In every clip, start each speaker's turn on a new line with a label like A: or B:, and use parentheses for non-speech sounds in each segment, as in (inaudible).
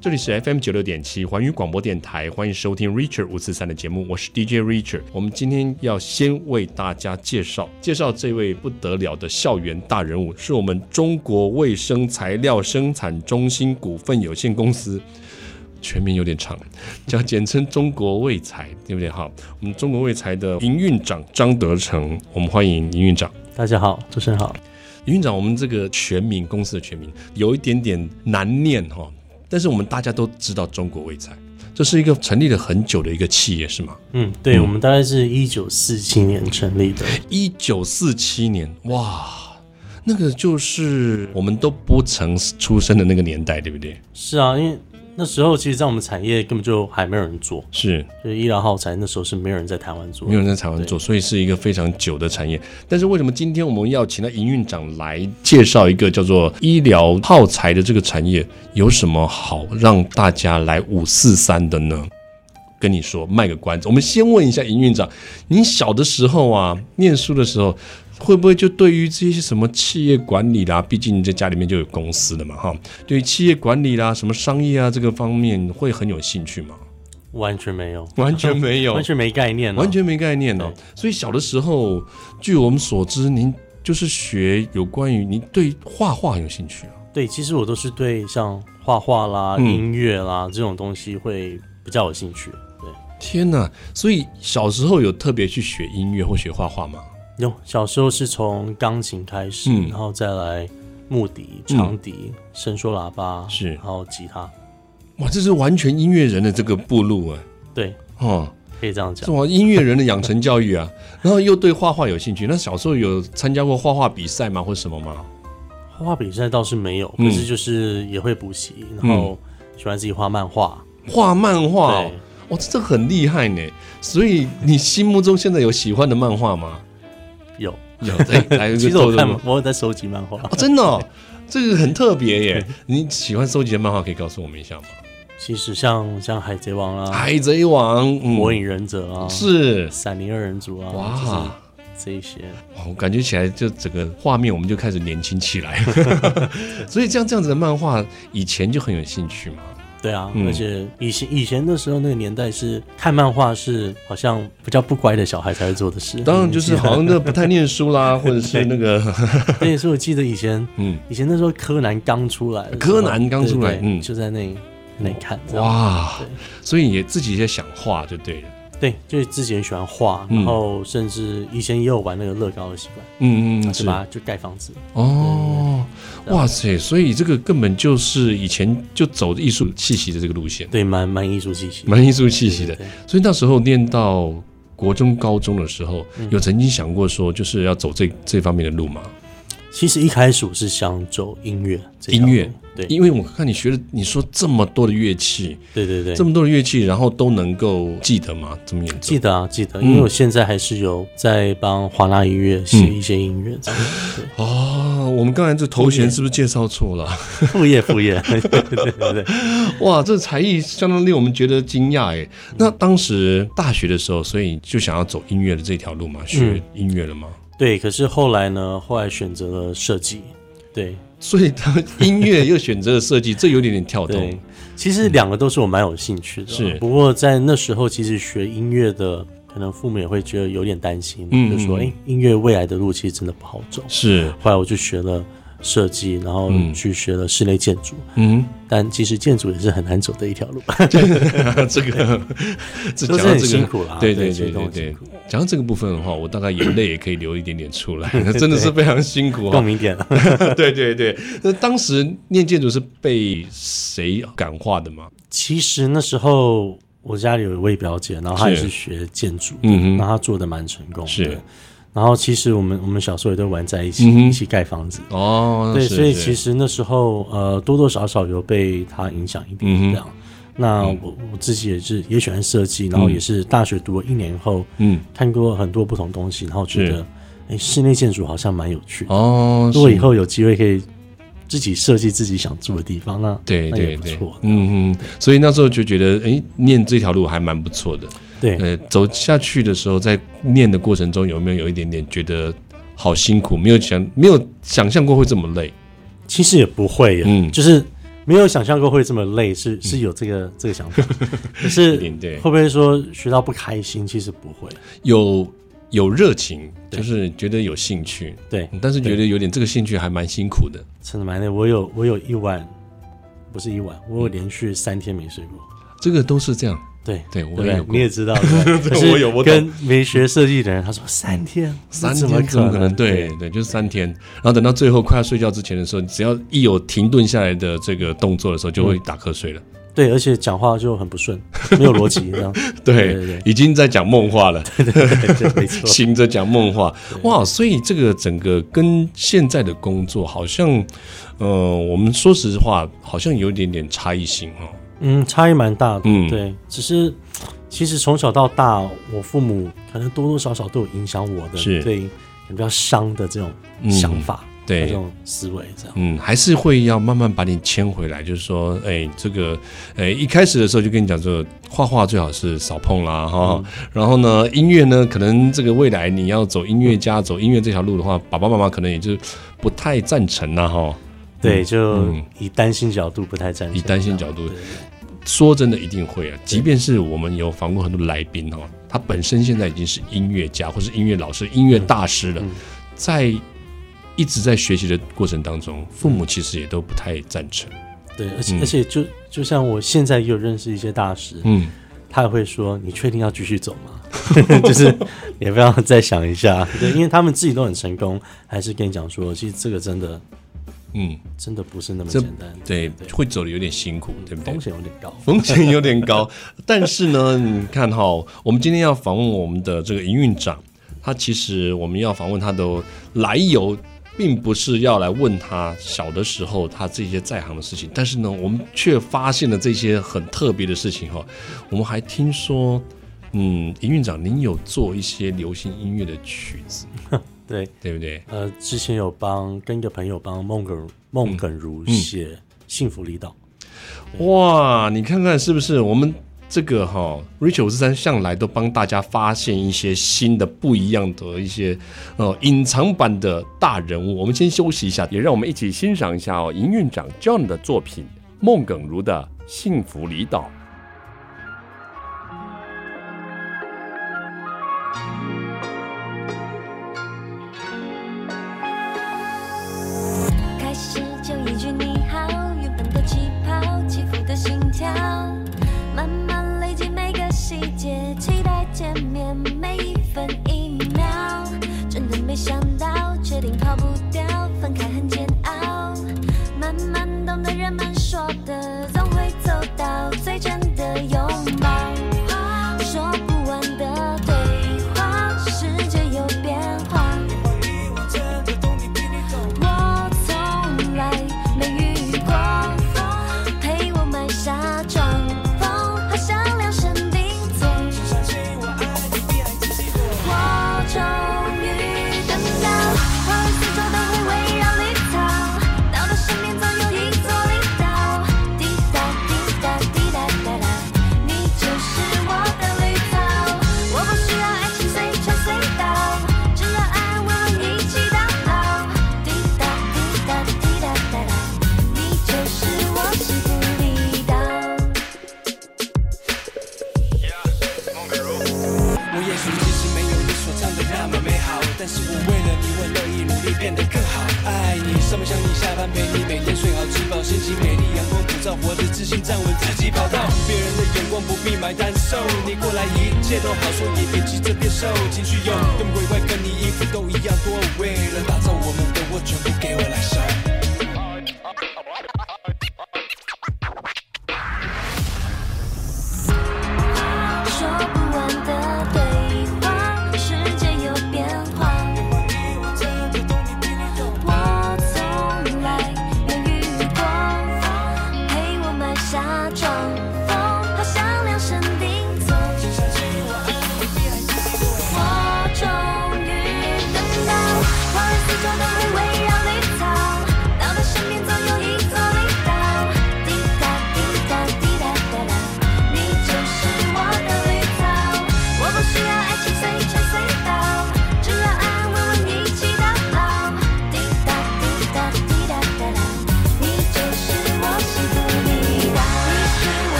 A: 这里是 FM 九六点七环宇广播电台，欢迎收听 Richard 五四三的节目，我是 DJ Richard。我们今天要先为大家介绍介绍这位不得了的校园大人物，是我们中国卫生材料生产中心股份有限公司。全名有点长，叫简称中国卫材，对不对？好，我们中国卫材的营运长张德成，我们欢迎营运长。
B: 大家好，主持人好。
A: 营运长，我们这个全名公司的全名有一点点难念哈，但是我们大家都知道中国卫材，这是一个成立了很久的一个企业，是吗？
B: 嗯，对，我们大概是一九四七年成立的。
A: 一九四七年，哇，那个就是我们都不曾出生的那个年代，对不对？
B: 是啊，因为那时候其实，在我们产业根本就还没有人做，
A: 是，
B: 就是医疗耗材那时候是没有人在台湾做的。
A: 没有人在台湾做，所以是一个非常久的产业。但是为什么今天我们要请到营运长来介绍一个叫做医疗耗材的这个产业，有什么好让大家来五四三的呢？跟你说，卖个关子，我们先问一下营运长，您小的时候啊，念书的时候，会不会就对于这些什么企业管理啦，毕竟你在家里面就有公司了嘛，哈，对于企业管理啦、什么商业啊这个方面，会很有兴趣吗？
B: 完全没有，
A: 完全没有
B: 完全没概念、啊，
A: 完全没概念哦。所以小的时候，据我们所知，您就是学有关于您对画画很有兴趣啊。
B: 对，其实我都是对像画画啦、
A: 嗯
B: 音乐啦这种东西会比较有兴趣。对，
A: 天哪！所以小时候有特别去学音乐或学画画吗？
B: 有小时候是从钢琴开始，
A: 嗯
B: 然后再来木笛、
A: 嗯
B: 长笛、伸缩喇叭，
A: 是
B: 然后吉他。
A: 哇，这是完全音乐人的这个步路啊！
B: 对，
A: 哦，
B: 可以这样讲
A: 是。我音乐人的养成教育啊， (laughs) 然后又对画画有兴趣。那小时候有参加过画画比赛吗，或什么吗？
B: 画画比赛倒是没有，
A: 嗯
B: 可是就是也会补习，然后喜欢自己画漫画。
A: 画漫画哦，
B: 对，
A: 哇、这很厉害呢。所以你心目中现在有喜欢的漫画 (laughs) 吗？
B: 有。
A: 有，哎，来一个
B: 其实我
A: 透露
B: 看
A: 吗
B: 我有在收集漫画，
A: 哦，真的、哦， (laughs) 这个很特别耶！你喜欢收集的漫画可以告诉我们一下吗？
B: 其实像像海贼王啦、
A: 海贼王》嗯
B: 火影忍者啊、
A: 是
B: 闪灵二人组啊，
A: 哇
B: 就是这一些。
A: 哇我感觉起来就整个画面我们就开始年轻起
B: (laughs)
A: 来，所以这样这样子的漫画以前就很有兴趣嘛。
B: 对啊，
A: 嗯
B: 而且以前以前的时候那个年代是看漫画是好像比较不乖的小孩才会做的事，
A: 当然
B: (laughs)
A: 就是好像那不太念书啦，或者是那个
B: 嗯对，所以我记得以前
A: 嗯，
B: 以前那时候柯南刚出来的时
A: 柯
B: 候，
A: 南刚出来
B: 对对
A: 嗯
B: 就在那里那里看，这样，
A: 哇
B: 对，
A: 所以也自己也想画就对了。
B: 对，就是自己很喜欢画，
A: 嗯
B: 然后甚至以前也有玩那个乐高的习惯，
A: 嗯嗯，
B: 啊是吧？就盖房子，
A: 哦，哇塞！所以这个根本就是以前就走艺术气息的这个路线，
B: 对，蛮蛮艺术气息，
A: 蛮艺术气息的。
B: 对，对对
A: 所以那时候念到国中、高中的时候，
B: 嗯
A: 有曾经想过说，就是要走这这方面的路吗？
B: 其实一开始我是想走音乐这条
A: 音
B: 路，
A: 乐
B: 对，
A: 因为我看你学了，你说这么多的乐器，
B: 对对对，
A: 这么多的乐器，然后都能够记得吗？这么演奏
B: (laughs) 记？得啊，记得，
A: 嗯
B: 因为我现在还是有在帮华纳音乐写一些音乐，这样子
A: 哦，我们刚才这头衔是不是介绍错
B: (laughs)
A: 了？
B: 对，副业副业， (laughs) 对对对对，
A: 哇，这才艺相当令我们觉得惊讶哎。
B: 嗯
A: 那当时大学的时候，所以就想要走音乐的这条路
B: 嗯
A: 嘛，学音乐了吗？
B: 对。可是后来呢，后来选择了设计，对
A: 所以他 (laughs) 音乐又选择了设计，这有点点跳
B: 对
A: 动。。
B: 其实两个都是我蛮有兴趣的啊，
A: 是
B: 不过在那时候，其实学音乐的，可能父母也会觉得有点担心，
A: 嗯
B: 就
A: 嗯
B: 说，哎，音乐未来的路其实真的不好走。
A: 是，
B: 后来我就学了设计，然后去学了室内建筑，
A: 嗯，
B: 但其实建筑也是很难走的一条
A: (laughs)
B: 路，
A: 这
B: (laughs)
A: 个，这讲到
B: 都是很
A: 这
B: 辛
A: 个，
B: 苦啦。
A: 对对
B: 其
A: 对
B: 实都
A: 对
B: 很辛
A: 对
B: 苦。
A: 讲到这个部分的话，我大概眼泪也可以流一点点出
B: (laughs)
A: 来，真的是非常辛苦
B: 共
A: 哈。
B: 鸣点了。
A: (laughs) 对对对，那当时念建筑是被谁感化的吗？
B: (laughs) 其实那时候我家里有一位表姐，然后她
A: 是
B: 也是学建筑的，
A: 嗯哼
B: 然后她做的蛮成功的。
A: 是
B: 然后其实我们我们小时候也都玩在一起，
A: 嗯哼
B: 一起盖房子。
A: 哦，
B: 对，
A: 是
B: 所以
A: 是
B: 其实那时候呃多多少少有被她影响一
A: 嗯哼嗯
B: 点这样。那我我自己也是也喜欢设计，然后也是大学读了一年后，
A: 嗯，
B: 看过很多不同东西，然后觉
A: 是
B: 得哎室内建筑好像蛮有趣的。
A: 哦，
B: 如果
A: 是
B: 以后有机会可以自己设计自己想住的地方，那
A: 对
B: 那
A: 对
B: 也不
A: 对
B: 错，。
A: 嗯嗯，所以那时候就觉得，哎，念这条路还蛮不错的。
B: 对，
A: 呃，走下去的时候，在念的过程中，有没有有一点点觉得好辛苦？没有想没有想象过会这么累。
B: 其实也不会耶，
A: 嗯
B: 就是没有想象过会这么累，是是有这个、这个想法，可是
A: (laughs) 一点对
B: 会不会说学到不开心？其实不会，
A: 有有热情，
B: 对
A: 就是觉得有兴趣，
B: 对，
A: 但是觉得
B: 对
A: 有点这个兴趣还蛮辛苦的
B: 真的蛮累。我有我有一晚，不是一晚，我有连续三天没睡过。
A: 这个都是这样。
B: 对
A: 对
B: 对
A: 我
B: 不
A: 也
B: 对
A: 有？过
B: 你也知道，对不
A: (laughs)
B: 对可是
A: 我有我懂
B: 跟没学设计的人，他说三天，
A: 三
B: 这
A: 天
B: 怎
A: 怎
B: 么
A: 么可能？对对，就是三天。然后等到最后快要睡觉之前的时候，只要一有停顿下来的这个动作的时候，就会打瞌睡了。
B: 对，而且讲话就很不顺，没有逻辑，这
A: (laughs)
B: 样
A: 对
B: 对对
A: 已经在讲梦话 (laughs) 了，
B: 对对，没错，
A: 醒着讲梦话。哇，所以这个整个跟现在的工作好像，呃，我们说实话，好像有一点点差异性哦。
B: 嗯，差异蛮大的，
A: 嗯
B: 对，只是其实从小到大，我父母可能多多少少都有影响我的
A: 是
B: 对比较伤的这种
A: 嗯
B: 想法，
A: 对
B: 这种思维，这样，
A: 嗯，还是会要慢慢把你牵回来，就是说，哎、这个，哎、一开始的时候就跟你讲说，画画最好是少碰啦，哈、然后呢，音乐呢，可能这个未来你要走音乐家、走音乐这条路的话，爸爸妈妈可能也就不太赞成啦，哈。
B: 对，就
A: 嗯
B: 以担心角度不太赞成，
A: 以担心
B: 这样
A: 角度
B: 对对
A: 说真的，一定会啊！即便是我们有访过很多来宾哦，他本身现在已经是音乐家或是音乐老师、音乐大师了，在一直在学习的过程当中，父母其实也都不太赞成。
B: 对，而且、
A: 嗯
B: 而且就就像我现在也有认识一些大师，
A: 嗯，
B: 他也会说：“你确定要继续走吗？” (laughs) 就是也不要再想一下，
A: 嗯
B: 对，因为他们自己都很成功，还是跟你讲说，其实这个真的
A: 嗯，
B: 真的不是那么
A: 这
B: 简单，
A: 对，会走的有点辛苦，对不对
B: 风？险有点高。
A: 风险有点高， (laughs) 但是呢，你看哈，我们今天要访问我们的这个营运长，他其实我们要访问他的来由，并不是要来问他小的时候他这些在行的事情，但是呢，我们却发现了这些很特别的事情哈。我们还听说，嗯，营运长您有做一些流行音乐的曲子，
B: 对，
A: 对不对？
B: 呃，之前有帮跟一个朋友帮孟
A: 嗯
B: 耿孟耿如写《幸福离岛》
A: 哇，你看看是不是我们这个哈、Rachel 五十三向来都帮大家发现一些新的、不一样的一些呃隐藏版的大人物。我们先休息一下，
C: 也让我们一起欣赏一下哦，营运长 John 的作品《孟耿如的幸福离岛》。
D: 开始就一句你好，原本的气泡，起伏的心跳，慢慢累积每个细节，期待见面每一分一秒。真的没想到，确定跑不掉，分开很煎熬。慢慢懂得人们说的，总会走到最真的拥抱。说不完的对话，世界有变化。我从来没遇过，陪我买下装疯，好想聊神定座。我终于等到，花儿四周都会围绕绿草，到了身边总有一座离岛。滴答滴答滴答答答，你就是我的绿草。我不需要爱情随传随到，只要爱我们一起到老。滴答滴答滴答答答，你就是我幸福离岛。
E: 我也许其实没有你所唱的那么美好，但是我为了你，我乐意努力变得更好。爱你，上班想你，下班陪你，每天睡好吃饱，心情美丽，阳光普照，活得自信，站稳自己跑道。别人的眼光不必买单受，你过来一切都好，所以别急着变瘦，情绪有跟鬼怪跟你衣服都一样多，为了打造我们的我，全部给我来收。
D: 说不完的对话，世界有变化。我从来没遇过，陪我买下装疯，好想量身定做。我终于等到，花儿四周都会围绕绿草，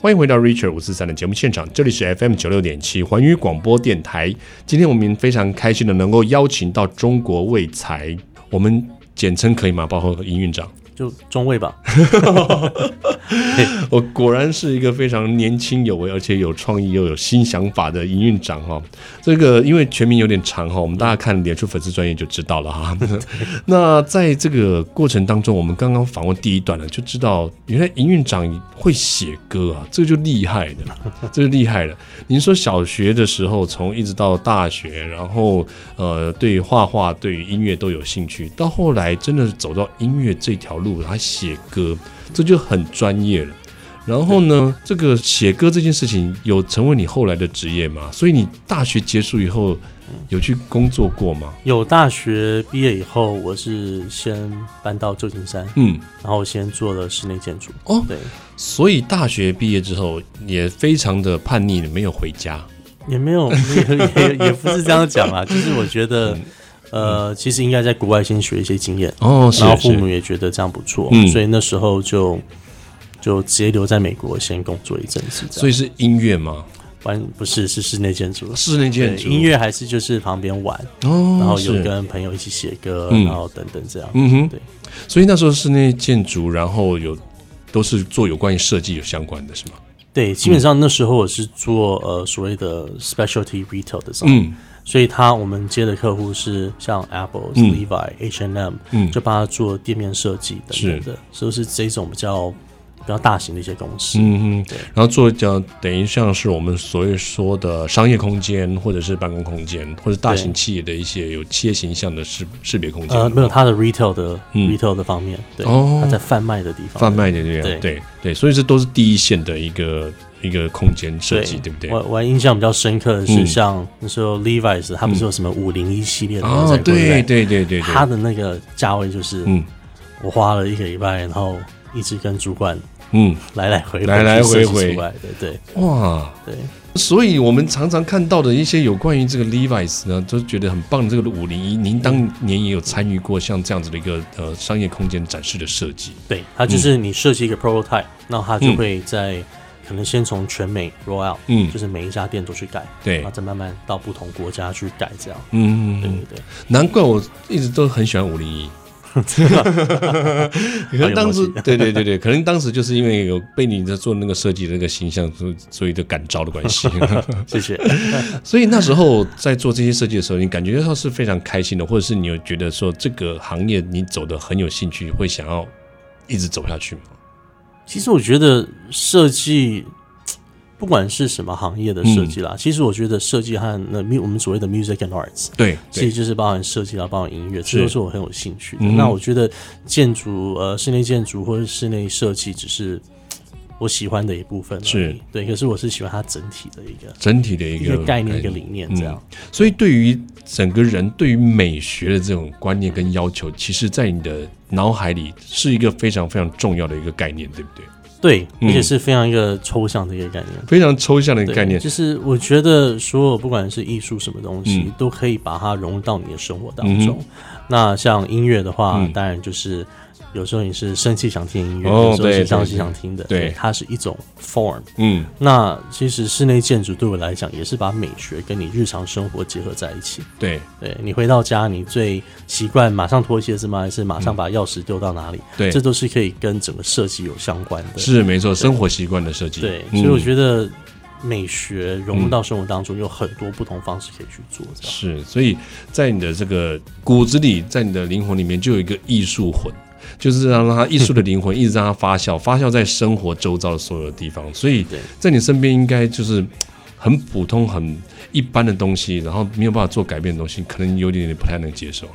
A: 欢迎回到 Richard 五四三的节目现场，这里是 FM 九六点七环宇广播电台。今天我们非常开心的能够邀请到中国卫财，我们简称可以吗？包括营运长，
B: 就中
A: (laughs)
B: 卫吧，
A: 我果然是一个非常年轻有为，而且有创意又有新想法的营运长哈、这个因为全名有点长哈、我们大家看脸书粉丝专业就知道了哈、 (laughs) 那在这个过程当中，我们刚刚访问第一段了，就知道原来营运长会写歌啊，这就厉害的，这就厉害了。 (laughs) 您说小学的时候，从一直到大学，然后呃，对画画、对于音乐都有兴趣，到后来真的走到音乐这条路，还写歌，这就很专业了。然后呢，这个写歌这件事情有成为你后来的职业吗？所以你大学结束以后有去工作过吗？
B: 有大学毕业以后，我是先搬到旧金山，
A: 嗯，
B: 然后先做了室内建筑。
A: 哦
B: 对，
A: 所以大学毕业之后也非常的叛逆，没有回家。
B: 也
A: (laughs)
B: 没有，也也也不是这样讲啊，就是我觉
A: 嗯
B: 得，呃，其实应该在国外先学一些经验，
A: 哦，是
B: 然后父
A: 是
B: 母也觉得这样不错，
A: 嗯
B: 所以那时候就就直接留在美国先工作一阵子，这
A: 所
B: 样。
A: 以是音乐吗？
B: 完不是是室内建筑，
A: 室内建
B: 对
A: 筑
B: 音乐还是就是旁边玩，
A: 哦，
B: 然后有
A: 是
B: 跟朋友一起写歌，
A: 嗯
B: 然后等等这样。
A: 嗯哼，
B: 对。
A: 所以那时候室内建筑，然后有都是做有关于设计有相关的是吗？
B: 对，基本上那时候我是做呃所谓的 specialty retail 的商品，
A: 嗯
B: 所以他我们接的客户是像 Apple、Levi、H&M，
A: 嗯
B: 就帮他做店面设计等等的，所以是这种比较比较大型的一些公司。
A: 嗯哼，然后做叫等于像是我们所谓说的商业空间，或者是办公空间，或者大型
B: 对
A: 企业的一些有企业形象的识识别空间，
B: 呃，没有，他的 retail 的、
A: 嗯
B: retail 的方面，对，
A: 哦
B: 他在贩卖的地方，
A: 贩卖的这样，
B: 对
A: 对对，所以这都是第一线的一个一个空间设
B: 对
A: 计，对不对？
B: 我我还印象比较深刻的是，
A: 嗯
B: 像那时候 Levi's，他们是有什么五零一系列的牛
A: 哦
B: 仔，裤，
A: 对
B: 对不
A: 对
B: 对，
A: 对对
B: 他
A: 对，
B: 的那个价位就是，
A: 嗯
B: 我花了一个礼拜，然后一直跟主管
A: 嗯，
B: 来来回回
A: 来来回回
B: 去设计出来的，对
A: 哇，
B: 对
A: 所以我们常常看到的一些有关于这个 Levi's 呢，都觉得很棒。这个五零一，您当年也有参与过像这样子的一个呃商业空间展示的设计。
B: 对，它就是你设计一个 prototype，那
A: 嗯
B: 它就会在可能先从全美 roll out，
A: 嗯
B: 就是每一家店都去改，
A: 对
B: 然后再慢慢到不同国家去改这样，
A: 嗯，
B: 对对对，
A: 难怪我一直都很喜欢五零
B: (laughs)
A: 一。可能当时
B: 很有默契
A: 对对对对，可能当时就是因为有被你在做那个设计的那个形象，所以所以就感召的关系。
B: 谢谢。 (laughs)
A: 所以那时候在做这些设计的时候，你感觉到是非常开心的，或者是你有觉得说这个行业你走的很有兴趣，会想要一直走下去吗？
B: 其实我觉得设计，不管是什么行业的设计
A: 嗯
B: 啦，其实我觉得设计和那 mu- 我们所谓的 music and arts，
A: 对，
B: 其实就是包含设计啊啦，包含音乐，这都是我很有兴趣的。
A: 嗯
B: 那我觉得建筑，呃，室内建筑或者室内设计，只是我喜欢的一部分而已。
A: 是
B: 对，可是我是喜欢它整体的一个
A: 整体的一
B: 一
A: 个
B: 个概念、一个理念这样。
A: 嗯所以对于整个人对于美学的这种观念跟要求，其实，在你的脑海里是一个非常非常重要的一个概念，对不对？
B: 对，
A: 嗯
B: 而且是非常一个抽象的一个概念。
A: 非常抽象的一个
B: 对
A: 概念。
B: 就是我觉得所有不管是艺术什么东西，
A: 嗯
B: 都可以把它融入到你的生活当中。
A: 嗯
B: 那像音乐的话，
A: 嗯
B: 当然就是有时候你是生气想听音乐，
A: 哦
B: 有时候
A: 对
B: 是伤
A: 对
B: 心想听的，
A: 对
B: 它是一种 form。
A: 嗯，
B: 那其实室内建筑对我来讲，也是把美学跟你日常生活结合在一起。
A: 对
B: 对你回到家，你最习惯马上脱鞋子吗？还是马上把钥匙丢到哪里？
A: 嗯对
B: 这都是可以跟整个设计有相关的。
A: 是没错，生活习惯的设计。
B: 对，
A: 嗯
B: 所以我觉得美学融入到生活当中，有很多不同方式可以去做。这样
A: 是，所以在你的这个骨子里，在你的灵魂里面，就有一个艺术魂，就是让它艺术的灵魂一直让它发酵， (laughs) 发酵在生活周遭的所有的地方。所以
B: 对
A: 在你身边应该就是很普通、很一般的东西，然后没有办法做改变的东西，可能有点点不太能接受。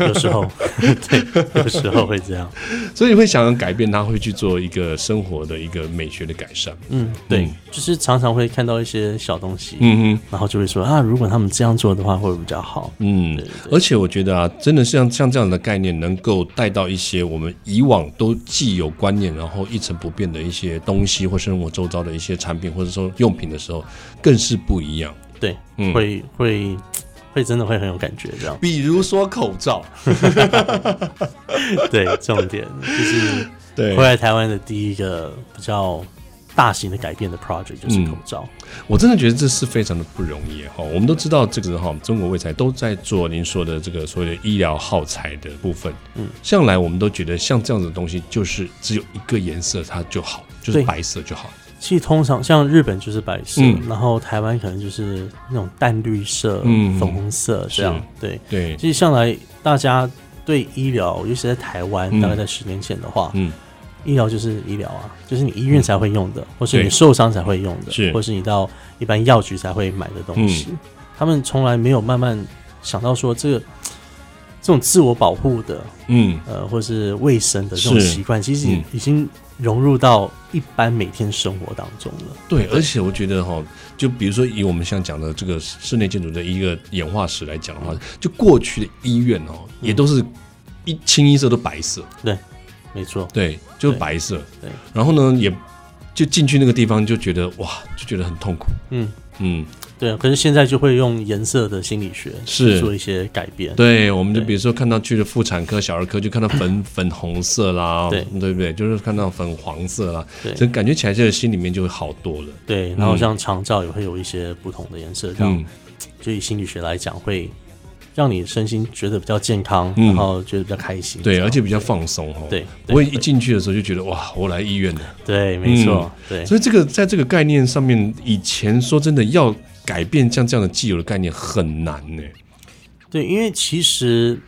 B: 有时候， (laughs) 对，有时候会这样。
A: 所以会想要改变它，会去做一个生活的一个美学的改善。
B: 嗯， (laughs) 对
A: 嗯，
B: 就是常常会看到一些小东西，
A: 嗯哼。
B: 然后就会说啊，如果他们这样做的话，会不会比较好？
A: 嗯
B: 对，对
A: 而且我觉得啊，真的像像这样的概念，能够带到一些我们以往都既有观念，然后一成不变的一些东西，或生活周遭的一些产品，或者说用品的时候，更是不一样。
B: 对，
A: 嗯
B: 会会会真的会很有感觉这样。
A: 比如说口罩，
B: (laughs) 对，重点就是
A: 对
B: 回来台湾的第一个比较大型的改变的 project
A: 嗯
B: 就是口罩。
A: 我真的觉得这是非常的不容易哈。我们都知道这个哈，中国卫材都在做您说的这个所谓的医疗耗材的部分。嗯，向来我们都觉得像这样子的东西，就是只有一个颜色它就好，就是
B: 对
A: 白色就好。
B: 其实通常像日本就是白色，
A: 嗯
B: 然后台湾可能就是那种淡绿色、
A: 嗯
B: 粉红色这样。对，
A: 对，
B: 其实向来大家对医疗，尤其是在台湾，
A: 嗯
B: 大概在十年前的话，
A: 嗯，
B: 医疗就是医疗啊，就是你医院才会用的，或是
A: 对
B: 你受伤才会用的，
A: 是
B: 或是你到一般药局才会买的东西。他们从来没有慢慢想到说这个这种自我保护的，
A: 嗯，
B: 呃，或是卫生的这种
A: 是
B: 习惯，其实
A: 嗯
B: 已经融入到一般每天生活当中了。
A: 对，而且我觉得哈，就比如说以我们像讲的这个室内建筑的一个演化史来讲的
B: 嗯
A: 话，就过去的医院哦，也都是一清一色都白色，
B: 对，没错，
A: 对，就是
B: 对
A: 白色。
B: 对
A: 然后呢，也就进去那个地方就觉得哇，就觉得很痛苦。
B: 嗯，
A: 嗯，
B: 对啊。可是现在就会用颜色的心理学
A: 是
B: 去做一些改变。
A: 对，我们就
B: 对
A: 比如说看到去了妇产科、小儿科，就看到
B: (laughs)
A: 粉粉红色啦，
B: 对
A: 对不对？就是看到粉黄色啦，
B: 对
A: 这感觉起来这个心里面就会好多了。
B: 对，然后像长照也会有一些不同的颜色，让、
A: 嗯，
B: 就以心理学来讲，会让你身心觉得比较健康，
A: 嗯
B: 然后觉得比较开心。
A: 对，
B: 这样
A: 而且比较放松哦。
B: 对对
A: 我一进去的时候就觉得哇，我来医院了。
B: 对，没错，对
A: 嗯所以这个在这个概念上面，以前说真的要改变像这样的既有的概念很难呢、
B: 对，因为其实，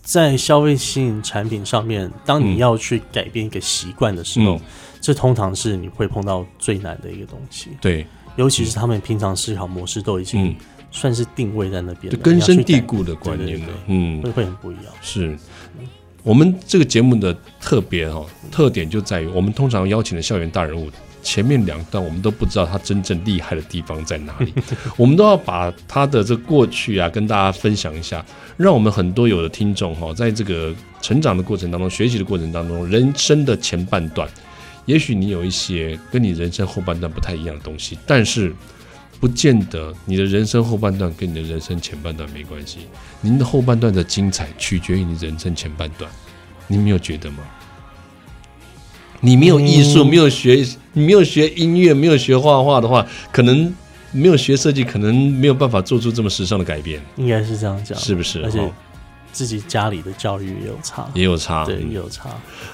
B: 在消费性产品上面，当
A: 嗯
B: 你要去改变一个习惯的时候，
A: 嗯，
B: 这通常是你会碰到最难的一个东西，
A: 对，
B: 尤其是他们平常思考模式都已
A: 嗯
B: 经，算是定位在那边
A: 就
B: 了，
A: 根
B: 你要去
A: 深蒂
B: 改
A: 固的观
B: 对对
A: 念了
B: 对。
A: 嗯，
B: 会会很不一样。
A: 是我们这个节目的特别哈、特点就在于我们通常邀请的校园大人物，前面两段我们都不知道他真正厉害的地方在哪里，我们都要把他的这过去啊跟大家分享一下，让我们很多有的听众哈、在这个成长的过程当中、学习的过程当中，人生的前半段，也许你有一些跟你人生后半段不太一样的东西，但是。不见得你的人生后半段跟你的人生前半段没关系，您的后半段的精彩取决于你人生前半段，你没有觉得吗？你没有艺
B: 嗯
A: 术，没有学，你没有学音乐，没有学画画的话，可能没有学设计，可能没有办法做出这么时尚的改变，
B: 应该是这样讲，
A: 是不是？
B: 而且
A: 哦
B: 自己家里的教育也有差，
A: 也有差，
B: 对，也有差。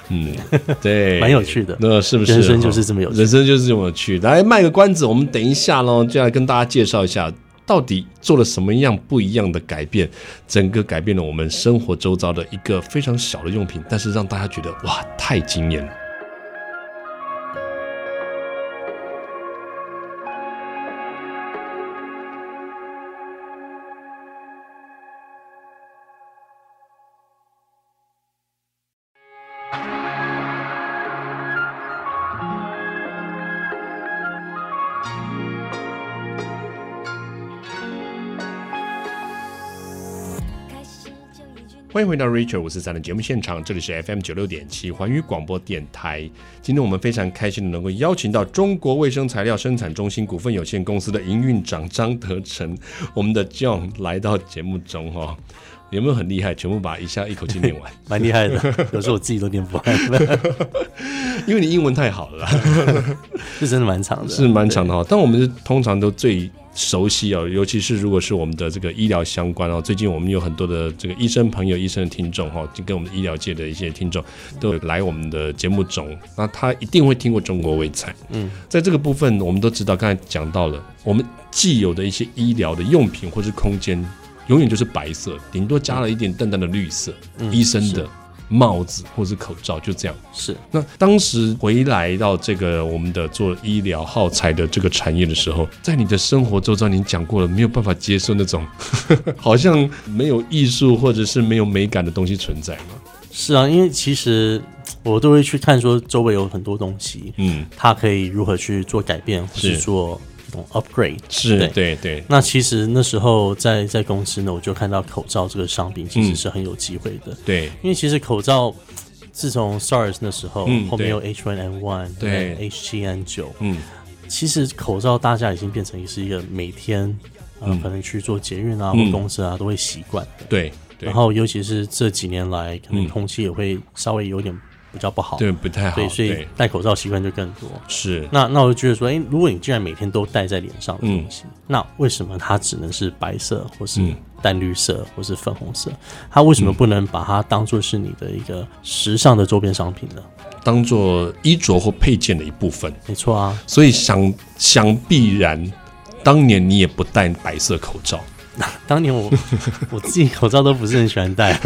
A: 嗯，对，
B: (laughs) 蛮有趣的
A: 那是不是？
B: 人生就是这么有趣
A: 人生就是这么有趣。来卖个关子，我们等一下喽，就来跟大家介绍一下。到底做了什么样不一样的改变？整个改变了我们生活周遭的一个非常小的用品，但是让大家觉得哇，太惊艳了。
D: 开始就一句你
A: 欢迎回到 Rachel 五四三的节目现场，这里是 FM 九六点七环宇广播电台。今天我们非常开心的能够邀请到中国卫生材料生产中心股份有限公司的营运长张德成，我们的 John 来到节目中哦，有没有很厉害？全部把一下一口气念完，
B: 蛮厉
A: (laughs)
B: 害的，有时候我自己都念不完， (laughs)
A: 因为你英文太好了啦。
B: 是真的蛮长
A: (laughs)
B: 的，
A: 是蛮长的哈、但我们是通常都最熟悉哦，尤其是如果是我们的这个医疗相关哦，最近我们有很多的这个医生朋友、医生的听众哈、就跟我们的医疗界的一些听众都有来我们的节目中，那他一定会听过中国卫彩。嗯，在这个部分我们都知道，刚才讲到了，我们既有的一些医疗的用品或是空间，永远就是白色，顶多加了一点淡淡的绿色，医生的帽子或是口罩，就这样。
B: 是
A: 那当时回来到这个我们的做医疗耗材的这个产业的时候，在你的生活周遭，您讲过了，没有办法接受那种 (laughs) 好像没有艺术或者是没有美感的东西存在嘛？
B: 是啊，因为其实我都会去看说周围有很多东西，
A: 嗯，
B: 它可以如何去做改变，或是
A: 是
B: 做一种 upgrade。
A: 是
B: 对
A: 对对，
B: 那其实那时候在在公司呢，我就看到口罩这个商品其
A: 嗯
B: 实是很有机会的，
A: 对
B: 因为其实口罩自从 SARS 那时候，
A: 嗯
B: 后面有 H1N1，
A: 对
B: H7N9，
A: 嗯，
B: 其实口罩大家已经变成是一个每天。呃，可能去做捷运啊，
A: 嗯
B: 或公司啊，都会习惯的。
A: 对对
B: 然，后尤其是这几年来，可能
A: 嗯
B: 空气也会稍微有点比较不好，
A: 对，不太好，
B: 对，所以
A: 对
B: 戴口罩习惯就更多。
A: 是
B: 那那我就觉得说，哎、如果你既然每天都戴在脸上的东西，那为什么它只能是白色，或是
A: 嗯
B: 淡绿色，或是粉红色？它为什么不能把它当做是你的一个时尚的周边商品呢？
A: 当做衣着或配件的一部分。
B: 没错啊，
A: 所以想想必然，当年你也不戴白色口罩，
B: 当
A: (laughs)
B: 年我我自己口罩都不是很喜欢戴了，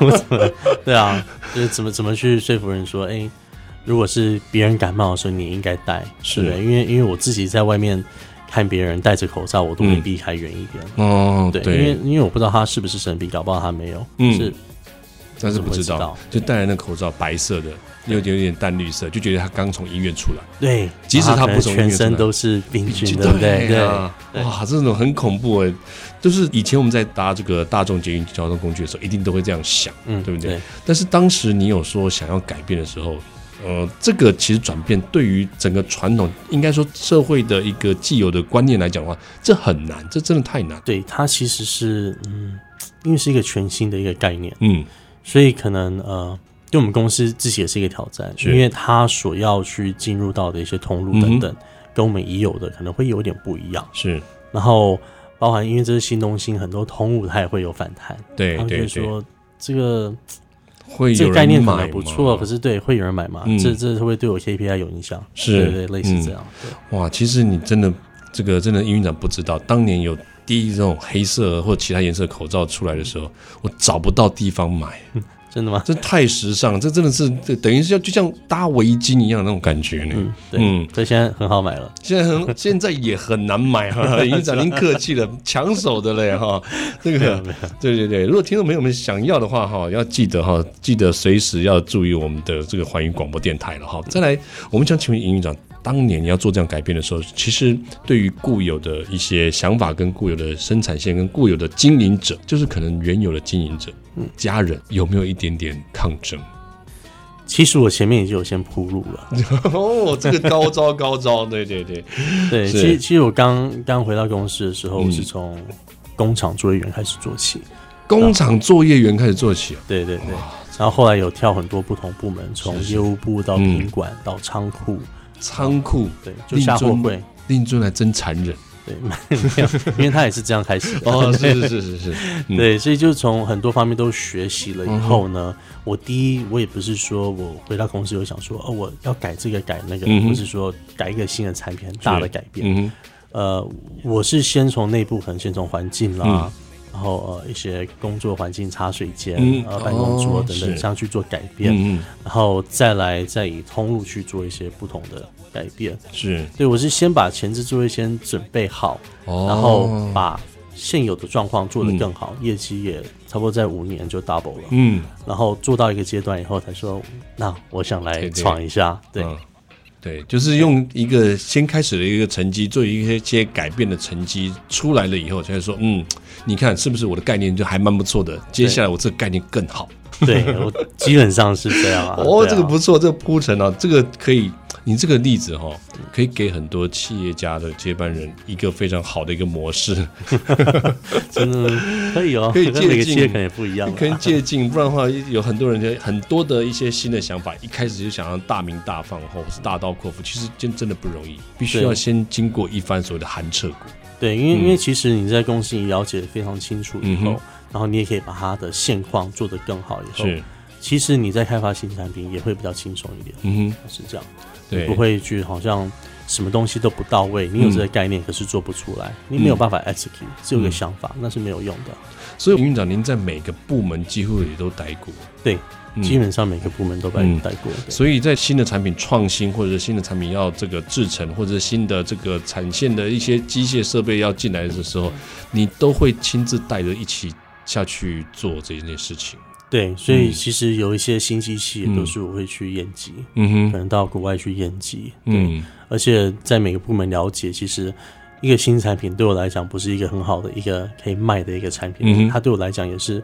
B: 我怎么对啊？就是怎么怎么去说服人说，哎、如果是别人感冒的时候，你应该戴，
A: 是
B: 对不对因为因为我自己在外面看别人戴着口罩，我都会
A: 嗯
B: 避开远一点。
A: 哦，
B: 对，因为因为我不知道他是不是生病，搞不好他没有，
A: 嗯
B: 是
A: 但是不知
B: 怎么
A: 道
B: 会，
A: 就戴了那口罩，白色的，又有点淡绿色，就觉得他刚从医院出来，
B: 对，
A: 即使
B: 然后
A: 他
B: 可能
A: 不从医院
B: 全身
A: 出来
B: 都是病
A: (laughs)
B: 菌，对不对？对，
A: 啊哇，这种很恐怖哎！就是以前我们在搭这个大众捷运交通工具的时候，一定都会这样想，
B: 嗯
A: 对不对？
B: 对
A: 但是当时你有说想要改变的时候，呃，这个其实转变对于整个传统，应该说社会的一个既有的观念来讲的话，这很难，这真的太难。
B: 对，它其实是嗯，因为是一个全新的一个概念，
A: 嗯，
B: 所以可能呃，对我们公司自己也是一个挑战，
A: 是
B: 因为它所要去进入到的一些通路等
A: 嗯
B: 等，跟我们已有的可能会有点不一样。
A: 是
B: 然后包含因为这是新东西，很多通路它也会有反弹，
A: 对
B: 他们就
A: 对
B: 会
A: 对，
B: 说这个
A: 会
B: 这
A: 有
B: 个概念
A: 人
B: 可
A: 买
B: 能不错，
A: 吗
B: 可是对会有人买吗？
A: 嗯
B: 这这会对我 KPI 有影响，
A: 是嗯
B: 对对，类似这样。对
A: 哇，其实你真的这个真的营运长不知道，当年有第一这种黑色或其他颜色口罩出来的时候，我找不到地方买，
B: 真的吗？
A: 这太时尚了，这真的是这等于是要就像搭围巾一样的那种感觉呢。
B: 嗯，对，
A: 嗯
B: 所以现在很好买了。
A: 现在很 (laughs) 现在也很难买 (laughs) 哈，营运长您客气了，抢手的嘞哈。这个对对对，如果听众朋友们想要的话哈，要记得哈，记得随时要注意我们的这个环宇广播电台了哈。再来，我们想请问营运长，当年你要做这样改变的时候，其实对于固有的一些想法、跟固有的生产线、跟固有的经营者，就是可能原有的经营者、家人，有没有一点点抗争？
B: 其实我前面已经有先铺路了。
A: (laughs) 哦，这个高招高招，对对对，
B: 对，
A: 是
B: 其实其实我刚刚回到公司的时候，
A: 嗯
B: 我是从工厂作业员开始做起。
A: 工厂作业员开始做起哦。
B: 对对对。然后后来有跳很多不同部门，从业务部到
A: 嗯
B: 品管到仓库，
A: 仓库，
B: 对，就下货柜，
A: 令尊还真残忍
B: 对，没有，因为他也是这样开始的。 (laughs)
A: 哦，是是是是是， (laughs) 嗯
B: 对，所以就从很多方面都学习了以后呢，我第一我也不是说我回到公司有想说哦我要改这个改那个，
A: 嗯哼
B: 或是说改一个新的产品很大的改变。
A: 嗯哼，
B: 呃，我是先从内部可能先从环境啦
A: 嗯，
B: 然后呃一些工作环境、茶水间、
A: 嗯
B: 呃办公桌
A: 哦
B: 等等
A: 是
B: 这样去做改变，
A: 嗯嗯，
B: 然后再来再以通路去做一些不同的改变。
A: 是，
B: 对我是先把前置作业先准备好，
A: 哦，
B: 然后把现有的状况做得更好，业绩也差不多在五年就 double 了。
A: 嗯，
B: 然后做到一个阶段以后，才说那我想来
A: 对对
B: 闯一下。对
A: 嗯对，就是用一个先开始的一个成绩，做一些些改变的成绩出来了以后，才会说，嗯，你看是不是我的概念就还蛮不错的？接下来我这个概念更好。
B: (laughs) 对我基本上是这样啊。
A: (laughs) 哦，
B: 对啊
A: 这个不错，这个铺陈啊，这个可以，你这个例子哈、哦，可以给很多企业家的接班人一个非常好的一个模式。
B: 真的可以哦，
A: (laughs) 可以
B: 跟
A: 借
B: 每个
A: 鉴
B: 企业可能也不一样啊。
A: 跟借鉴，不然的话，有很多人就很多的一些新的想法，一开始就想要大名大放，或是大刀阔斧，其实真真的不容易，必须
B: 对
A: 要先经过一番所谓的寒彻骨。
B: 对，因为、
A: 嗯
B: 因为其实你在公司你了解得非常清楚以后，
A: 嗯哼
B: 然后你也可以把它的现况做得更好以后，，其实你在开发新产品也会比较轻松一点，
A: 嗯哼，
B: 是这样，
A: 对，
B: 不会去好像什么东西都不到位，你有
A: 嗯
B: 这个概念可是做不出来，你没有办法 execute，只有个想法、
A: 嗯
B: 那是没有用的。
A: 所以，营运长，您在每个部门几乎也都待过，
B: 对，
A: 嗯
B: 基本上每个部门都被
A: 嗯
B: 带过。对
A: 所以在新的产品创新，或者是新的产品要这个制成，或者是新的这个产线的一些机械设备要进来的时候，你都会亲自带着一起下去做这件事情。
B: 对，所以
A: 嗯
B: 其实有一些新机器也
A: 嗯
B: 都是我会去验机，
A: 嗯
B: 可
A: 哼，
B: 能到国外去验机。对，
A: 嗯，
B: 而且在每个部门了解，其实一个新产品对我来讲不是一个很好的一个可以卖的一个产
A: 嗯
B: 品，
A: 哼
B: 它对我来讲也是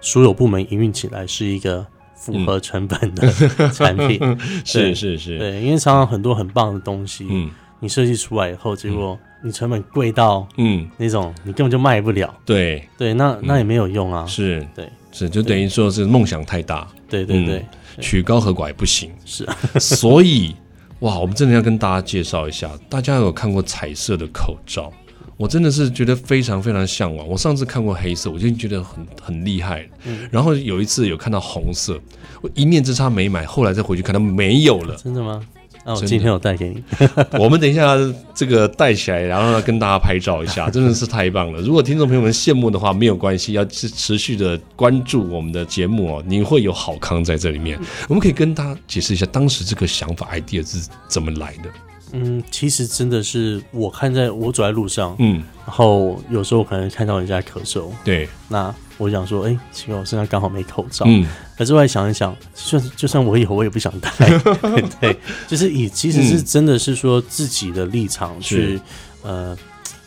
B: 所有部门营运起来是一个符合成本的产品。
A: 嗯 (laughs) 是是是，
B: 对，因为常常很多很棒的东西，
A: 嗯。
B: 你设计出来以后，结果你成本贵到
A: 嗯，
B: 那种你根本就卖不了，
A: 对，
B: 对，那那也没有用啊，
A: 嗯是
B: 对
A: 是，就等于说是梦想太大，
B: 对对对，
A: 嗯曲高和寡也不行。
B: 是，
A: 所以 (laughs) 哇，我们真的要跟大家介绍一下，大家有看过彩色的口罩？我真的是觉得非常非常向往。我上次看过黑色，我就觉得很很厉害了。
B: 嗯
A: 然后有一次有看到红色，我一念之差没买，后来再回去看，它没有了。
B: 真的吗？那我
A: 真的
B: 今天有带给你， (laughs)
A: 我们等一下这个带起来，然后呢跟大家拍照一
B: (laughs)
A: 下，真的是太棒了。如果听众朋友们羡慕的话，没有关系，要持持续的关注我们的节目哦，你会有好康在这里
B: 嗯
A: 面。我们可以跟大家解释一下当时这个想法 idea 是怎么来的。
B: 嗯，其实真的是我看在我走在路上，
A: 嗯，
B: 然后有时候可能看到人家咳嗽，
A: 对，
B: 那我想说，哎、奇怪，我身上刚好没口罩，
A: 嗯
B: 可是我来想一想，就算就算我有，我也不想戴。对，就是以其实是真的是说自己的立场去、呃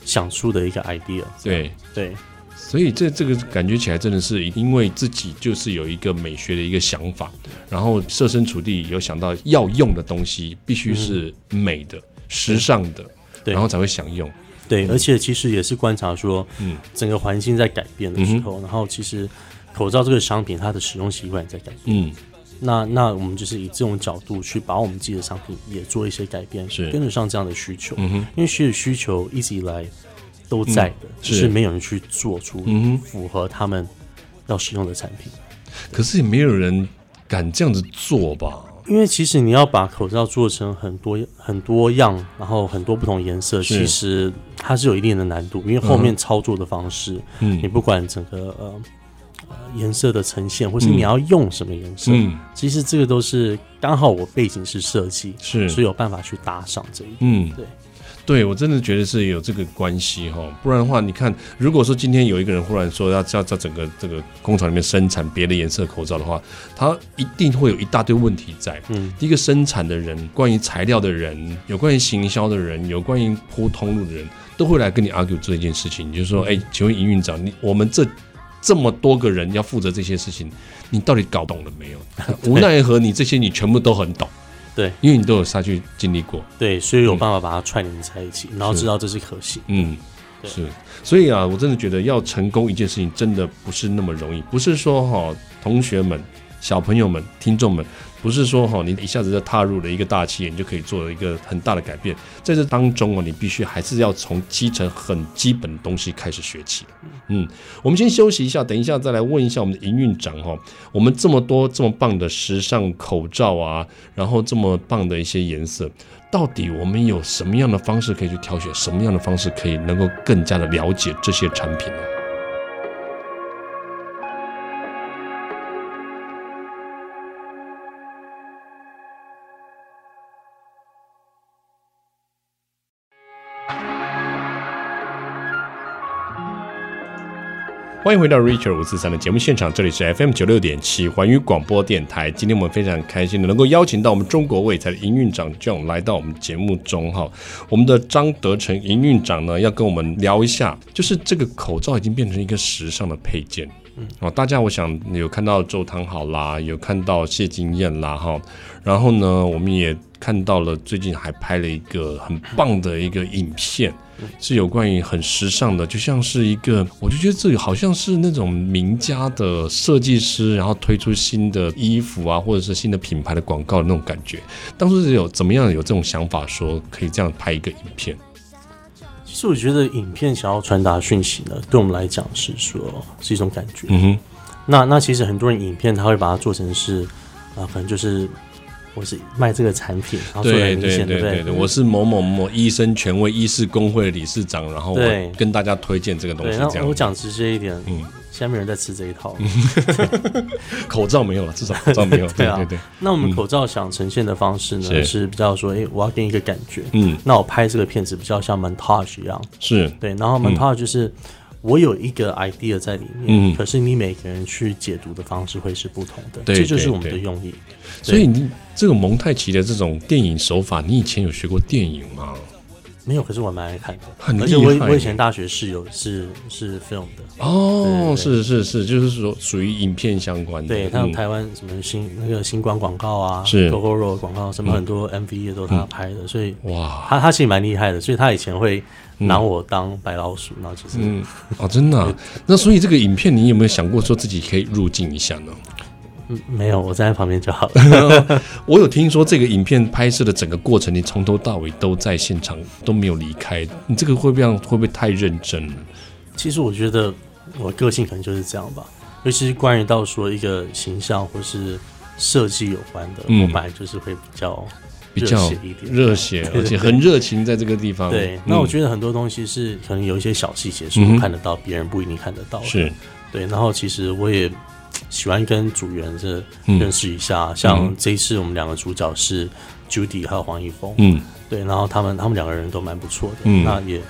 B: 想出的一个 idea。
A: 对，
B: 对，
A: 所以这这个感觉起来真的是因为自己就是有一个美学的一个想法，然后设身处地有想到要用的东西必须是美的、时尚的，
B: 嗯对
A: 然后才会想用。
B: 对，而且其实也是观察说，
A: 嗯
B: 整个环境在改变的时候，然后其实口罩这个商品它的使用习惯也在改变。
A: 嗯，
B: 那那我们就是以这种角度去把我们自己的商品也做一些改变，
A: 是
B: 跟得上这样的需求。
A: 嗯哼
B: 因为其实需求一直以来都在的，只
A: 是
B: 是没有人去做出
A: 嗯哼
B: 符合他们要使用的产品。
A: 可是也没有人敢这样子做吧？
B: 因为其实你要把口罩做成很多很多样，然后很多不同颜色，
A: 是
B: 其实它是有一定的难度，因为后面操作的方式，
A: 嗯
B: 你不管整个呃呃颜色的呈现，或是你要用什么颜色，
A: 嗯
B: 其实这个都是刚好我背景是设计，
A: 是
B: 所以有办法去搭上这一点。
A: 嗯，
B: 对，
A: 对我真的觉得是有这个关系哈、不然的话，你看，如果说今天有一个人忽然说要要在整个这个工厂里面生产别的颜色口罩的话，他一定会有一大堆问题在。
B: 嗯，
A: 第一个生产的人，关于材料的人，有关于行销的人，有关于铺通路的人，都会来跟你 argue 这件事情。你就
B: 嗯
A: 说，哎，请问营运长，你我们这这么多个人要负责这些事情，你到底搞懂了没有？无奈何你这些你全部都很懂，
B: (laughs) 对
A: 因为你都有下去经历过。
B: 对，所以有办法把它串联在一起，然后知道这是可行。
A: 嗯，
B: 对
A: 是，所以啊，我真的觉得要成功一件事情，真的不是那么容易。不是说哈、同学们、小朋友们、听众们，不是说哈、你一下子就踏入了一个大企业，你就可以做一个很大的改变。在这当中哦，你必须还是要从基层很基本的东西开始学起。嗯，我们先休息一下，等一下再来问一下我们的营运长哈、我们这么多这么棒的时尚口罩啊，然后这么棒的一些颜色，到底我们有什么样的方式可以去挑选，什么样的方式可以能够更加的了解这些产品呢？欢迎回到 Richard 五四三的节目现场，这里是 FM 九六点七环宇广播电台。今天我们非常开心的能够邀请到我们中国卫才的营运长 John 来到我们节目中哈。我们的张德成营运长呢，要跟我们聊一下，就是这个口罩已经变成一个时尚的配件。哦，大家我想有看到周汤好啦，有看到谢金燕啦哈，然后呢，我们也看到了最近还拍了一个很棒的一个影片，是有关于很时尚的，就像是一个，我就觉得这个好像是那种名家的设计师，然后推出新的衣服啊，或者是新的品牌的广告的那种感觉。当初是有怎么样有这种想法，说可以这样拍一个影片？
B: 其实我觉得影片想要传达讯息呢，对我们来讲是说是一种感觉。
A: 嗯哼，
B: 那那其实很多人影片他会把它做成是啊、可能就是我是卖这个产品，然后做的
A: 对
B: 明
A: 对
B: 显，
A: 对
B: 不对？
A: 对，我是某某某医生权威医师工会的理事长，然后
B: 对
A: 我跟大家推荐这个东
B: 对，
A: 西，
B: 那
A: 这样
B: 我讲直接一点，
A: 嗯
B: 现在没有人在吃这一套。
A: 口罩没有了，至少口罩没有，对
B: (laughs) 对啊
A: 对对，
B: 那我们口罩想呈现的方式呢，
A: 是
B: 是比较说，哎、我要给你一个感觉。
A: 嗯，
B: 那我拍这个片子比较像 montage 一样，
A: 是，
B: 对，然后 montage 就是。我有一个 idea 在里面，
A: 嗯
B: 可是你每个人去解读的方式会是不同的，
A: 对
B: 这就是
A: 对
B: 我们的
A: 对
B: 用意。
A: 所以你这个蒙太奇的这种电影手法，你以前有学过电影吗？
B: 没有，可是我蛮爱看的，
A: 很
B: 而且
A: 厉
B: 我
A: 害
B: 我以前大学室友是是 film 的，
A: 哦，
B: 对
A: 是是是，就是说属于影片相关的，
B: 对，像
A: 嗯
B: 台湾什么星那个星光广告啊，
A: 是嗯
B: g o g o r o 广告什么很多 MV 也都是他拍的，所以
A: 哇，
B: 他他其实蛮厉害的，所以他以前会拿我当白老鼠，然后其实
A: 嗯，哦，真的啊、那所以这个影片，你有没有想过说自己可以入镜一下呢？
B: 嗯没有，我站在旁边就好了。
A: 我有听说这个影片拍摄的整个过程，你从头到尾都在现场，都没有离开。你这个会不会让会不会太认真了？
B: 其实我觉得我个性可能就是这样吧，尤其是关于到说一个形象或是设计有关的，
A: 嗯
B: 我本来就是会比较
A: 比较
B: 热血一点，
A: 热血，
B: 对
A: 而且很热情，在这个地方。
B: 对
A: 嗯，
B: 那我觉得很多东西是可能有一些小细节是
A: 嗯哼
B: 我看得到，别人不一定看得到的。
A: 是
B: 对，然后其实我也喜欢跟组员这
A: 嗯
B: 认识一下，
A: 嗯
B: 像
A: 哼
B: 这一次我们两个主角是 Judy 还有黄一峰，
A: 嗯
B: 对，然后他们他们两个人都蛮不错的，
A: 嗯
B: 那也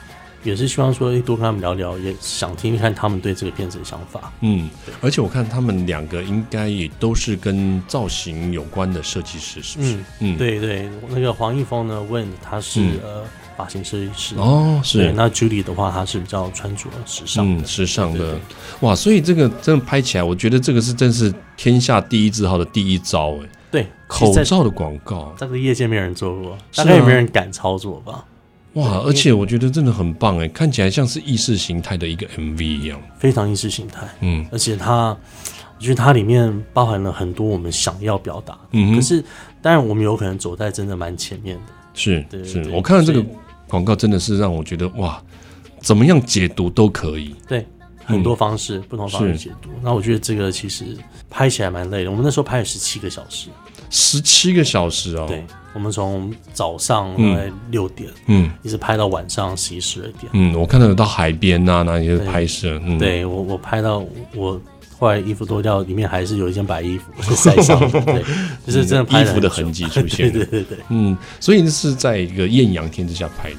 B: 也是希望说诶多跟他们聊聊，也想听听看他们对这个片子的想法。
A: 嗯，而且我看他们两个应该也都是跟造型有关的设计师，是不是？
B: 嗯，
A: 嗯，
B: 对对，那个黄一峰呢问他是、
A: 嗯
B: 呃发型设计师，
A: 哦，
B: 对，
A: 是。
B: 那 Judy 的话她是比较穿着时尚的
A: 嗯，时尚
B: 对
A: 的
B: 对
A: 哇，所以这个真的拍起来，我觉得这个是真是天下第一字号的第一招哎，
B: 对，其
A: 口
B: 实在
A: 罩的广告
B: 这个业界没人做过，
A: 是
B: 大概也
A: 啊
B: 没人敢操作吧，
A: 哇，而且我觉得真的很棒哎，看起来像是意识形态的一个 MV 一样，
B: 非常意识形态。
A: 嗯
B: 而且它，我觉得它里面包含了很多我们想要表达的。
A: 嗯哼
B: 可是，当然我们有可能走在真的蛮前面的。
A: 是
B: 对对
A: 是，
B: 对
A: 我看了这个
B: 所
A: 广告真的是让我觉得哇，怎么样解读都可以，
B: 对，很多方式、不同方式
A: 嗯是
B: 解读。那我觉得这个其实拍起来蛮累的。我们那时候拍了十七个小时，
A: 十七个小时哦，
B: 对，我们从早上
A: 嗯
B: 大概六点、
A: 嗯
B: 一直拍到晚上十一十二点。
A: 嗯，我看到有到海边呐、那些
B: 对
A: 拍摄，嗯，
B: 对我，我拍到我。后来衣服脱掉，里面还是有一件白衣服
A: (laughs)
B: 是晒伤的，对，就是真的拍
A: 衣
B: 了
A: 服的
B: 很久
A: 痕迹出现
B: (laughs) 对对对对
A: 嗯，所以那是在一个艳阳天之下拍的，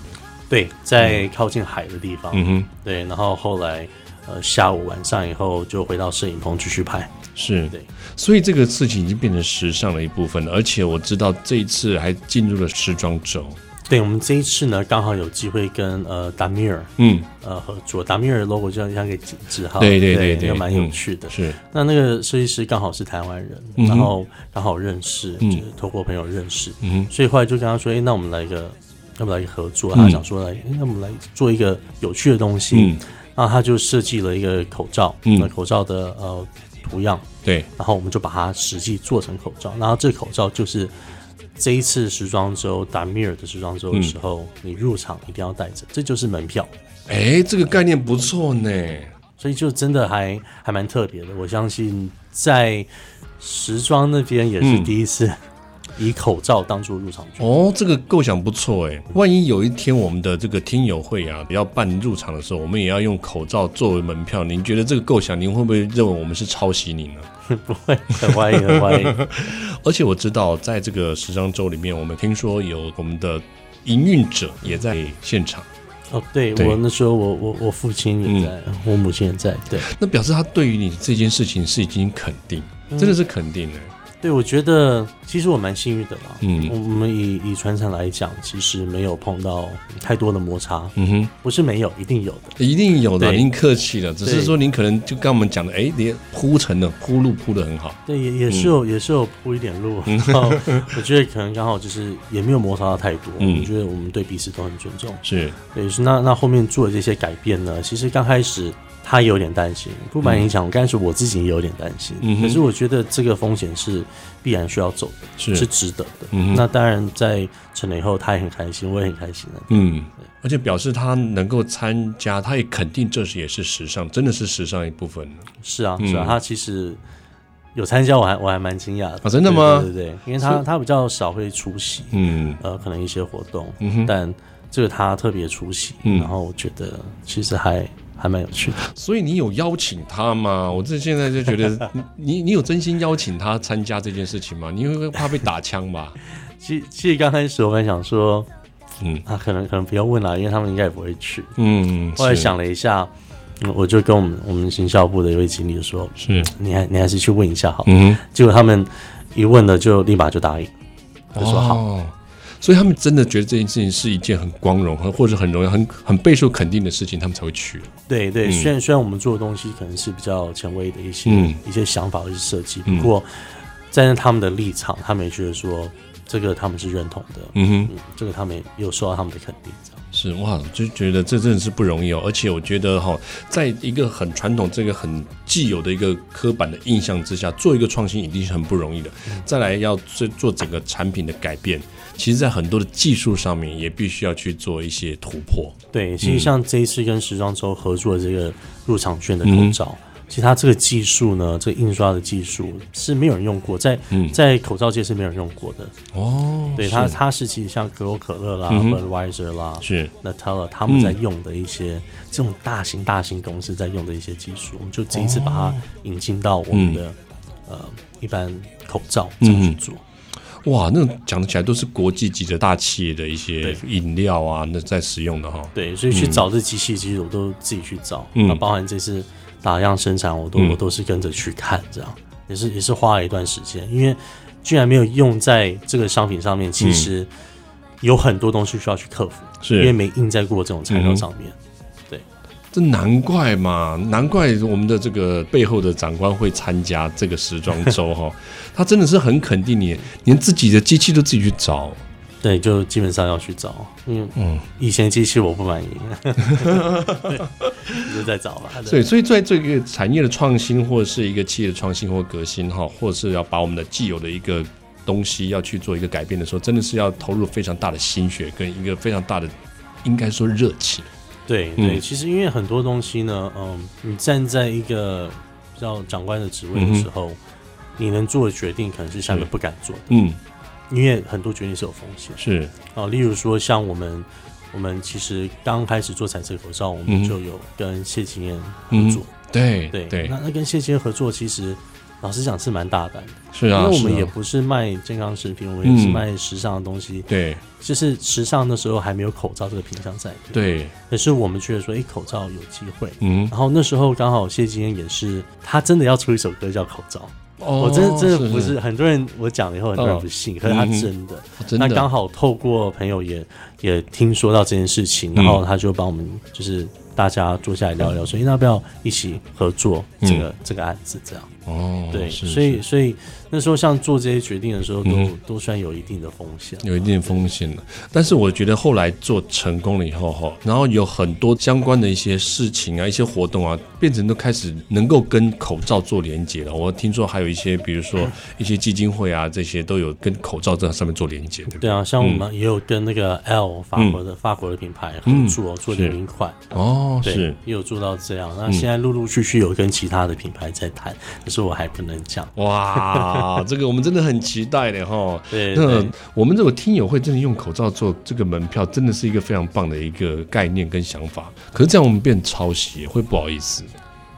B: 对，在靠近海的地方，
A: 嗯哼。
B: 对，然后后来呃下午晚上以后就回到摄影棚继续拍。
A: 是
B: 对，
A: 所以这个事情已经变成时尚的一部分了，而且我知道这一次还进入了时装周。
B: 对我们这一次呢，刚好有机会跟呃达米尔
A: 嗯，
B: 呃合作，达米尔的 logo 就像像一个井字号，
A: 对对对
B: 对
A: 对
B: 那蛮有
A: 嗯
B: 趣的。
A: 是，
B: 那那个设计师刚好是台湾人，
A: 嗯哼
B: 然后刚好认识，
A: 嗯
B: 就是透过朋友认识，
A: 嗯
B: 所以后来就跟他说，哎，那我们来一个。要不来一个合作？他
A: 嗯
B: 想说来，诶那我们来做一个有趣的东西。
A: 嗯，
B: 那他就设计了一个口罩，
A: 嗯
B: 那口罩的呃图样，
A: 对，
B: 然后我们就把它实际做成口罩。然后这个口罩就是这一次时装周达米尔的时装周的时候，
A: 嗯
B: 你入场一定要带着，这就是门票。
A: 哎，这个概念不错哎呢。
B: 所以就真的还还蛮特别的。我相信在时装那边也是
A: 嗯
B: 第一次以口罩当做入场券。
A: 哦，这个构想不错哎。万一有一天我们的这个听友会啊要办入场的时候，我们也要用口罩作为门票，您觉得这个构想，您会不会认为我们是抄袭您呢？
B: 不会，很欢迎，很欢
A: (laughs)
B: 迎。
A: 而且我知道，在这个时装周里面，我们听说有我们的营运者也在现场。
B: 哦，对
A: 对嗯
B: 我那时候我我我父亲也在，我母亲也在。对
A: 那表示他对于你这件事情是已经肯定，真的是肯定的。
B: 对，我觉得其实我蛮幸运的啦。
A: 嗯
B: 我我们以以船厂来讲，其实没有碰到太多的摩擦。
A: 嗯哼，
B: 不是没有，一定有的。
A: 一定有的，
B: 对
A: 您客气了，只是
B: 对
A: 说您可能就跟我们讲的，哎，你铺陈的铺路铺的很好。
B: 对，也也是
A: 嗯
B: 有，也是有铺一点路。然后我觉得可能刚好就是也没有摩擦到太多。
A: 嗯
B: 我觉得我们对彼此都很尊重。
A: 是，
B: 对，是那那后面做的这些改变呢，其实刚开始他有点担心，不瞒你讲，我刚开始我自己也有点担心。
A: 嗯哼
B: 可是我觉得这个风险是必然需要走的，
A: 是
B: 是值得的。
A: 嗯哼
B: 那当然在成了以后，他也很开心，我也很开心啊的。
A: 嗯，而且表示他能够参加，他也肯定这是也是时尚，真的是时尚一部分了
B: 是啊，
A: 嗯
B: 是啊，他其实有参加，我还我还蛮惊讶的
A: 啊真的吗
B: 对对对对因为他他比较少会出席，
A: 嗯，
B: 呃，可能一些活动，
A: 哼
B: 但这个他特别出席，
A: 嗯
B: 然后我觉得其实还还蛮有趣的。
A: 所以你有邀请他吗？我这现在就觉 (laughs) 得你，你你有真心邀请他参加这件事情吗？你会怕被打枪吧？
B: 其其实刚开始我本来想说，
A: 嗯
B: 嗯，啊，可能可能不要问了，因为他们应该也不会去。
A: 嗯，
B: 后来
A: 是
B: 想了一下，嗯我就跟我们我们行销部的一位经理说，
A: 是，
B: 你还你还是去问一下好了。
A: 嗯哼，
B: 结果他们一问了，就立马就答应，就说好。
A: 哦所以他们真的觉得这件事情是一件很光荣，很或者很荣耀、很很备受肯定的事情，他们才会去。
B: 对对，虽然虽然我们做的东西可能是比较前卫的一些、
A: 嗯
B: 一些想法或是设计，不过站在他们的立场，他们也觉得说这个他们是认同的，
A: 嗯哼，
B: 嗯，这个他们也有受到他们的肯定，这样
A: 是哇，就觉得这真的是不容易哦。而且我觉得哈、在一个很传统、这个很既有的一个刻板的印象之下，做一个创新一定是很不容易的。
B: 嗯
A: 再来要做做整个产品的改变，其实在很多的技术上面也必须要去做一些突破。
B: 对，
A: 嗯
B: 其实像这一次跟时装周合作的这个入场券的
A: 嗯
B: 口罩，其实它这个技术呢，这个印刷的技术是没有人用过，在、在口罩界是没有人用过的。
A: 嗯哦，嗯
B: 对，它它是其实像可口可乐啦、Budweiser 啦、
A: 是嗯
B: Nutella 他们在用的一些、这种大型大型公司在用的一些技术，我们就这一次把
A: 哦
B: 它引进到我们
A: 嗯
B: 的、呃一般口罩这样去做。
A: 哇，那种讲起来都是国际级的大企业的一些饮料啊，那在使用的哈、
B: 对，所以去找这机器，其实我都自己去找，
A: 嗯
B: 那、包含这次打样生产，我都、
A: 嗯
B: 我都是跟着去看，这样也是也是花了一段时间，因为居然没有用在这个商品上面，其实有很多东西需要去克服，
A: 嗯是嗯
B: 因为没印在过这种材料上面。
A: 这难怪嘛，难怪我们的这个背后的长官会参加这个时装周
B: (laughs)
A: 哈、他真的是很肯定你，连自己的机器都自己去找。
B: 对，就基本上要去找，因为
A: 嗯
B: 以前机器我不满意， (laughs) 对，就再找
A: (laughs)
B: 吧。
A: 对，所以在这个产业的创新，或者是一个企业的创新或革新哈，或者是要把我们的既有的一个东西要去做一个改变的时候，真的是要投入非常大的心血跟一个非常大的，应该说热情。
B: 对
A: 嗯
B: 对，其实因为很多东西呢，嗯，你站在一个比较长官的职位的时候，你能做的决定可能是下面不敢做的，
A: 嗯，
B: 因为很多决定是有风险
A: 是，
B: 啊。例如说，像我们，我们其实刚开始做彩色口罩，我
A: 嗯
B: 们就有跟谢金燕合
A: 嗯
B: 作，，
A: 对
B: 对
A: 对
B: 那，那跟谢金燕合作，其实老实讲是蛮大胆的，
A: 是
B: 因
A: 啊，
B: 为我
A: 是
B: 们
A: 啊
B: 也不是卖健康食品，我们也是
A: 嗯
B: 卖时尚的东西，
A: 对
B: 就是时尚的时候还没有口罩这个品相在，，
A: 对，
B: 可是我们觉得说，哎，口罩有机会。
A: 嗯，
B: 然后那时候刚好谢金燕也是，他真的要出一首歌叫《口罩》，
A: 哦
B: 我真的真的不是很多人我讲了以后很多人
A: 嗯
B: 不信，可是他
A: 嗯哼
B: 真的。
A: 真
B: 那
A: 的
B: 刚好透过朋友也也听说到这件事情，
A: 嗯
B: 然后他就帮我们就是大家坐下来聊一聊，说哎那要不要一起合作这个、这个案子这样？
A: 嗯哦，
B: 对，
A: 是
B: 所以
A: 是嗯
B: 所以那时候像做这些决定的时候都、都算有一定的风险。
A: 有一定风险的。但是我觉得后来做成功了以后哈，然后有很多相关的一些事情啊、一些活动啊，变成都开始能够跟口罩做连接了。我听说还有一些，比如
B: 嗯
A: 说一些基金会啊，这些都有跟口罩在上面做连接，对不对？
B: 对啊，像我
A: 嗯
B: 们也有跟那个 L 法国的、法国的品牌合作、做联名款，
A: 哦，
B: 对
A: 是。嗯
B: 也有做到这样。那现在陆陆续续有跟其他的品牌在谈，可是我还不能讲。
A: 哇，这个我们真的很期待的哈。
B: (laughs) 对
A: 那
B: 对
A: 我们这个听友会真的用口罩做这个门票，真的是一个非常棒的一个概念跟想法。可是这样我们变抄袭，也会不好意思。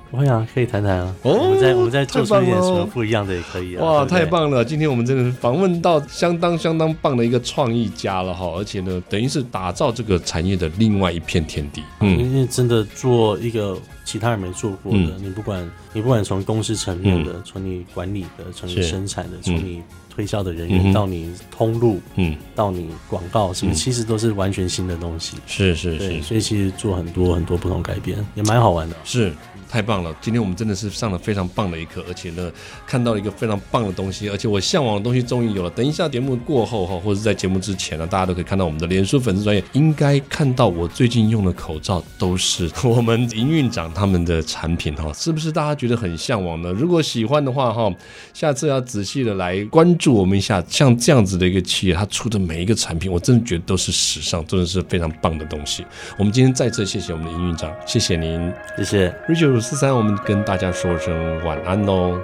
B: 不会啊，可以谈谈啊。
A: 哦
B: 我们再我们再做出一
A: 太
B: 点
A: 棒了
B: 什么不一样的也可以
A: (laughs)
B: 啊。
A: 哇，
B: 对不对
A: 太！棒了！今天我们真的是访问到相当相当棒的一个创意家了哈，而且呢，等于是打造这个产业的另外一片天地。嗯，
B: 因为真的做一个其他人没做过
A: 嗯
B: 的，你不管你不管从公司层面的，从你管理的，从你
A: 是
B: 生产的，从你推销的人
A: 嗯
B: 员，
A: 哼
B: 到你通路，
A: 嗯，
B: 到你广告什么，其实都是完全新的东西。
A: 是是
B: 对，所以其实做很多很多不同改变，也蛮好玩的。
A: 是，太棒了！今天我们真的是上了非常棒的一课，而且呢，看到了一个非常棒的东西，而且我向往的东西终于有了。等一下节目过后哈，或者是在节目之前呢，大家都可以看到我们的脸书粉丝专业，应该看到我最近用的口罩都是我们营运长他们的产品哈，是不是大家觉得很向往呢？如果喜欢的话哈，下次要仔细的来关注我们一下，像这样子的一个企业，它出的每一个产品，我真的觉得都是时尚，真的是非常棒的东西。我们今天再次谢谢我们的营运长，谢谢您。
B: 谢谢。
A: r i c h 四三，我们跟大家说声晚安喽。